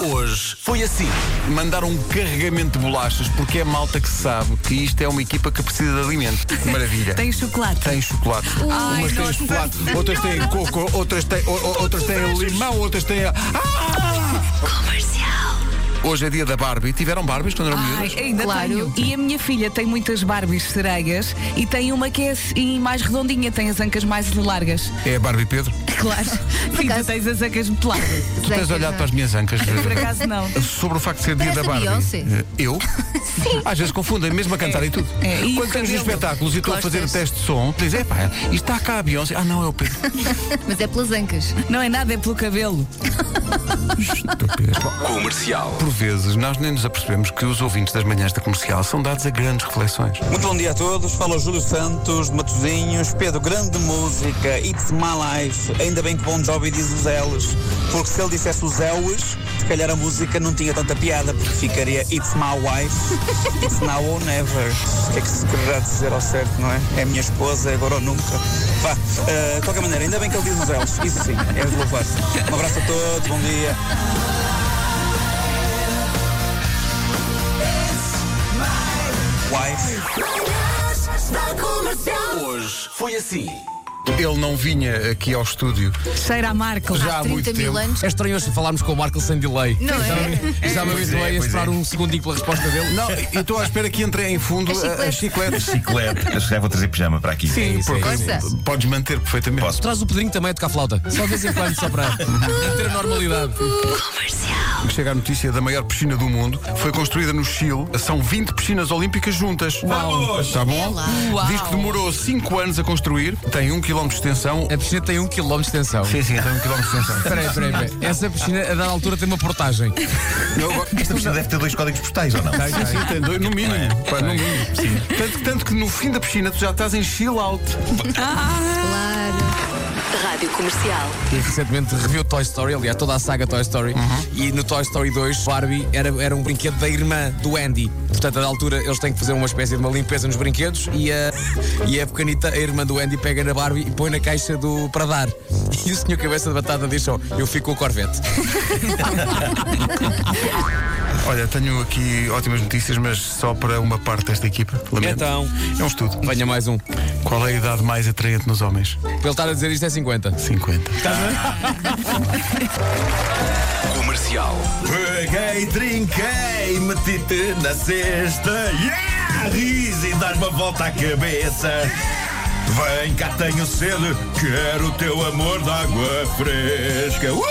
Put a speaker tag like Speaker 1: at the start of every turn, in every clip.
Speaker 1: Hoje foi assim. Mandaram um carregamento de bolachas, porque é malta que sabe que isto é uma equipa que precisa de alimento. Maravilha.
Speaker 2: Tem chocolate.
Speaker 1: Tem chocolate.
Speaker 2: Ai,
Speaker 1: Umas têm
Speaker 2: nossa.
Speaker 1: chocolate, outras têm coco, outras têm, o- o- outras têm limão, outras têm. Ah! Hoje é dia da Barbie. Tiveram Barbies quando eram
Speaker 2: Ai,
Speaker 1: miúdas?
Speaker 2: ainda
Speaker 3: Claro.
Speaker 2: tenho. E a minha filha tem muitas Barbies sereias e tem uma que é assim, mais redondinha, tem as ancas mais largas.
Speaker 1: É a Barbie Pedro?
Speaker 2: Claro. E tu tens as ancas muito largas.
Speaker 1: Tu tens olhado para as minhas ancas.
Speaker 2: Por acaso não.
Speaker 1: Sobre o facto de ser dia
Speaker 3: Parece
Speaker 1: da
Speaker 3: a
Speaker 1: Barbie. Eh,
Speaker 3: Beyoncé.
Speaker 1: Eu? Sim. Às vezes confundem, mesmo a cantar e tudo.
Speaker 2: É, e
Speaker 1: Quando
Speaker 2: o
Speaker 1: temos
Speaker 2: cabelo?
Speaker 1: espetáculos e estou a fazer o
Speaker 3: Costas.
Speaker 1: teste de som, diz, é pá, isto está cá a Beyoncé. Ah, não, é o Pedro.
Speaker 3: Mas é pelas ancas.
Speaker 2: Não é nada, é pelo cabelo.
Speaker 1: Estupidez. Bom,
Speaker 4: Comercial.
Speaker 1: Por vezes, nós nem nos apercebemos que os ouvintes das manhãs da comercial são dados a grandes reflexões.
Speaker 5: Muito bom dia a todos. Fala o Júlio Santos de Matosinhos. Pedro, grande música. It's my life. Ainda bem que Bon Jovi diz os L's. Porque se ele dissesse os L's, se calhar a música não tinha tanta piada, porque ficaria It's my wife. It's now or never. O que é que se quererá dizer ao certo, não é? É a minha esposa, é agora ou nunca. Vá, eh, de qualquer maneira, ainda bem que ele diz os L's. Isso sim, é de louvar. Um abraço a todos. Bom dia. Wife.
Speaker 4: Hoje foi assim.
Speaker 1: Ele não vinha aqui ao estúdio
Speaker 2: Cheira a Marco.
Speaker 1: já há
Speaker 3: 30
Speaker 1: muito
Speaker 3: mil
Speaker 1: tempo.
Speaker 3: anos.
Speaker 6: É estranho hoje falarmos com o Marco sem delay.
Speaker 3: Não é?
Speaker 6: Já me
Speaker 1: Pois
Speaker 6: habituei
Speaker 1: é,
Speaker 6: a
Speaker 1: pois
Speaker 6: esperar
Speaker 1: é.
Speaker 6: um segundinho pela resposta dele.
Speaker 1: Não, eu estou à espera que entre em fundo
Speaker 3: As
Speaker 1: a- as chicletas.
Speaker 7: Chiclete, eu se calhar vou trazer pijama para aqui.
Speaker 1: Sim,
Speaker 6: isso,
Speaker 1: porque
Speaker 3: é isso.
Speaker 1: podes manter perfeitamente.
Speaker 7: Posso.
Speaker 6: Traz o Pedrinho também a tocar flauta. Só de vez em quando, só para ter a normalidade.
Speaker 1: Que Chega a notícia da maior piscina do mundo. Foi construída no Chile. São 20 piscinas olímpicas juntas. Vamos! Está bom?
Speaker 2: Uau.
Speaker 1: Diz que demorou 5 anos a construir. Tem 1 um km de extensão.
Speaker 6: A piscina tem 1 um km de extensão.
Speaker 1: Sim, sim, tem 1 um km de extensão.
Speaker 6: Peraí, peraí, peraí. Essa piscina, a dada altura, tem uma portagem.
Speaker 1: Eu agora-
Speaker 7: Esta piscina deve ter dois códigos postais ou não?
Speaker 1: Sim, sim, tem dois, no mínimo. Pá, no mínimo. É. Tanto, tanto que no fim da piscina tu já estás em chill out.
Speaker 3: Claro.
Speaker 8: Rádio Comercial.
Speaker 6: Eu recentemente reviu Toy Story, aliás, toda a saga Toy Story.
Speaker 4: Uhum.
Speaker 6: E no Toy Story 2, Barbie era, era um brinquedo da irmã do Andy. Portanto, a da altura, eles têm que fazer uma espécie de uma limpeza nos brinquedos. E a, e a pequenita, a irmã do Andy, pega na Barbie e põe na caixa do para dar. E o senhor cabeça de batata diz só: Eu fico com o Corvette.
Speaker 1: Olha, tenho aqui ótimas notícias, mas só para uma parte desta equipa. Lamento.
Speaker 6: Então.
Speaker 1: É um estudo.
Speaker 6: Venha mais um. Para
Speaker 1: Qual é a idade mais atraente nos homens?
Speaker 6: ele estar a dizer isto é 50.
Speaker 1: 50.
Speaker 4: Comercial.
Speaker 7: Peguei, trinquei, meti-te na cesta. Yeah! Riz e dás uma volta à cabeça. Vem cá, tenho sede, quero o teu amor de água fresca. Uh!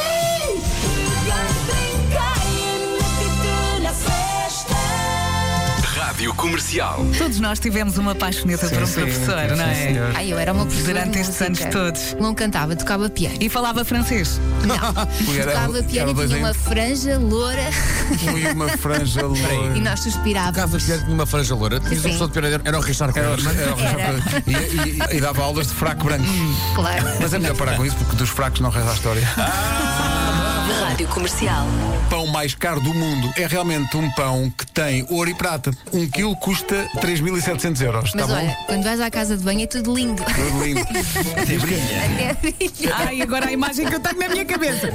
Speaker 4: Rádio Comercial.
Speaker 2: Todos nós tivemos uma paixoneta por um professor, não é?
Speaker 3: Ai, eu era uma professora. de
Speaker 2: Durante estes
Speaker 3: música.
Speaker 2: anos todos.
Speaker 3: Não cantava, tocava piano.
Speaker 2: E falava francês.
Speaker 3: Tocava piano e tinha uma franja loura
Speaker 1: Foi uma franja
Speaker 3: e
Speaker 1: loira.
Speaker 3: nós suspirávamos.
Speaker 6: Ficava perto de uma franja loura. Tinhas
Speaker 3: Sim.
Speaker 6: uma pessoa de pioneiro, era o Richard é?
Speaker 1: Era-
Speaker 6: Corman.
Speaker 1: era- e, e- e dava aulas de fraco branco.
Speaker 3: Claro.
Speaker 1: Mas é melhor parar com isso porque dos fracos não reza a história.
Speaker 8: Rádio Comercial.
Speaker 1: O pão mais caro do mundo é realmente um pão que tem ouro e prata. Um quilo custa 3.700 euros. Está Tá
Speaker 3: Mas
Speaker 1: bom?
Speaker 3: olha, quando vais à casa de banho é tudo lindo. É
Speaker 1: Tudo lindo.
Speaker 3: Até brilha.
Speaker 2: Ai, agora a imagem que eu tenho na minha cabeça.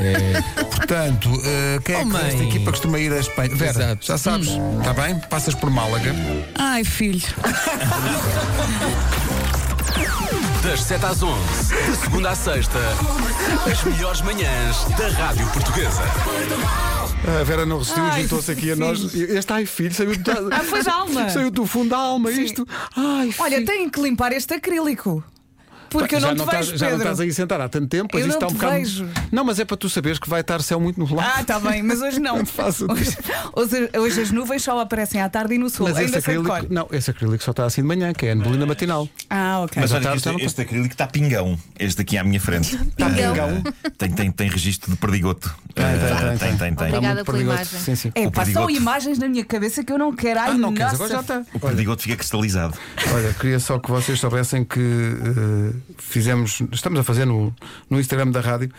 Speaker 1: Portanto, eh, quem é
Speaker 6: Oh,
Speaker 1: que
Speaker 6: mãe.
Speaker 1: desta equipa costuma ir à Espanha? Vera,
Speaker 6: Exato. Hum.
Speaker 1: já sabes, está bem? Passas por Málaga.
Speaker 2: Ai, filho.
Speaker 4: Das 7 às 11. De segunda à sexta. As melhores manhãs da Rádio Portuguesa.
Speaker 1: A Vera não resistiu,
Speaker 2: Ai,
Speaker 1: juntou-se aqui a nós. Este ai filho, saiu, da-
Speaker 2: Ah, foi da alma.
Speaker 1: saiu do fundo da alma isto. Ai,
Speaker 2: Olha,
Speaker 1: filho.
Speaker 2: tenho que limpar este acrílico. Porque eu
Speaker 1: já
Speaker 2: não, te
Speaker 1: estás,
Speaker 2: vejo,
Speaker 1: já não
Speaker 2: Pedro.
Speaker 1: estás aí sentar há tanto tempo, pois
Speaker 2: Eu
Speaker 1: isto está
Speaker 2: não
Speaker 1: um
Speaker 2: te
Speaker 1: bocado.
Speaker 2: vejo.
Speaker 1: Não, mas é para tu saberes que vai estar céu muito nublado.
Speaker 2: Ah, está bem, mas hoje não.
Speaker 1: Não faço
Speaker 2: hoje, hoje, hoje as nuvens só aparecem à tarde e no sul.
Speaker 1: mas esse
Speaker 2: Ainda sem
Speaker 1: acrílico.
Speaker 2: cor.
Speaker 1: Não, esse acrílico só está assim de manhã, que é a neblina matinal.
Speaker 2: Ah, ok.
Speaker 7: Mas
Speaker 1: Já
Speaker 7: olha,
Speaker 1: tá-
Speaker 7: que é
Speaker 1: já não
Speaker 7: este,
Speaker 1: tá-
Speaker 7: este acrílico está pingão. Este aqui à minha frente. Está
Speaker 1: pingão?
Speaker 7: tem, tem, tem registro de perdigoto.
Speaker 1: tem,
Speaker 7: Ah,
Speaker 1: tem,
Speaker 7: tem, tem.
Speaker 3: Obrigada
Speaker 1: muito
Speaker 3: pela
Speaker 1: perigoso.
Speaker 3: imagem.
Speaker 1: Sim, sim.
Speaker 2: é,
Speaker 7: o
Speaker 2: pá, são
Speaker 7: perigote.
Speaker 2: imagens na minha cabeça que eu não quero. Ai,
Speaker 1: Ah, não queres,
Speaker 2: nossa.
Speaker 1: agora já está.
Speaker 7: O perdigoto fica cristalizado.
Speaker 1: Olha, queria só que vocês soubessem que eh, fizemos, estamos a fazer no, no Instagram da rádio.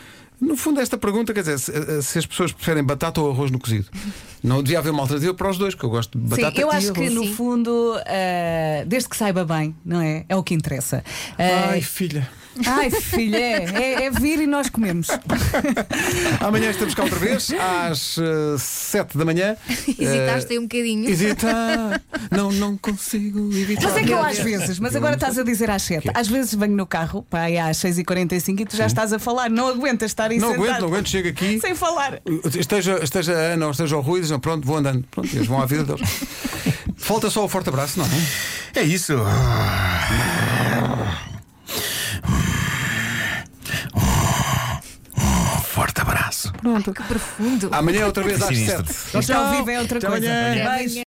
Speaker 1: No fundo, esta pergunta, quer dizer, se, eh, se as pessoas preferem batata ou arroz no cozido, não devia haver uma alternativa para os dois, porque eu gosto de
Speaker 2: Sim,
Speaker 1: batata
Speaker 2: eu
Speaker 1: e
Speaker 2: acho que
Speaker 1: arroz.
Speaker 2: no eh,
Speaker 3: Sim.
Speaker 2: fundo, ah, desde que saiba bem, não é? É o que interessa. Ah,
Speaker 1: Ai, filha.
Speaker 2: Ai, filha, é, é, é vir e nós comemos.
Speaker 1: Amanhã estamos cá outra vez, às eh, sete da manhã.
Speaker 3: Hesitaste
Speaker 1: Eh,
Speaker 3: aí um bocadinho.
Speaker 1: Hesitar. Não, não consigo evitar.
Speaker 2: Mas é que eu
Speaker 1: Meu
Speaker 2: às
Speaker 1: Deus.
Speaker 2: vezes, mas agora estás a dizer às 7. Às vezes venho no carro, pá, aí às 6h45 e tu já estás a falar, não aguentas estar aí
Speaker 1: Não
Speaker 2: sentado.
Speaker 1: aguento, não aguento, chego aqui.
Speaker 2: Sem falar.
Speaker 1: Esteja, esteja a Ana ou esteja o Rui, dizem, pronto, vou andando. Pronto, eles vão à vida deles. Falta só o forte abraço, não é?
Speaker 7: É isso. Forte abraço.
Speaker 3: Que profundo.
Speaker 1: Amanhã outra vez às
Speaker 7: Sinistro.
Speaker 1: sete.
Speaker 2: Isto ao vivo é outra
Speaker 1: Então, Até
Speaker 2: coisa.
Speaker 1: amanhã.
Speaker 2: Beijo.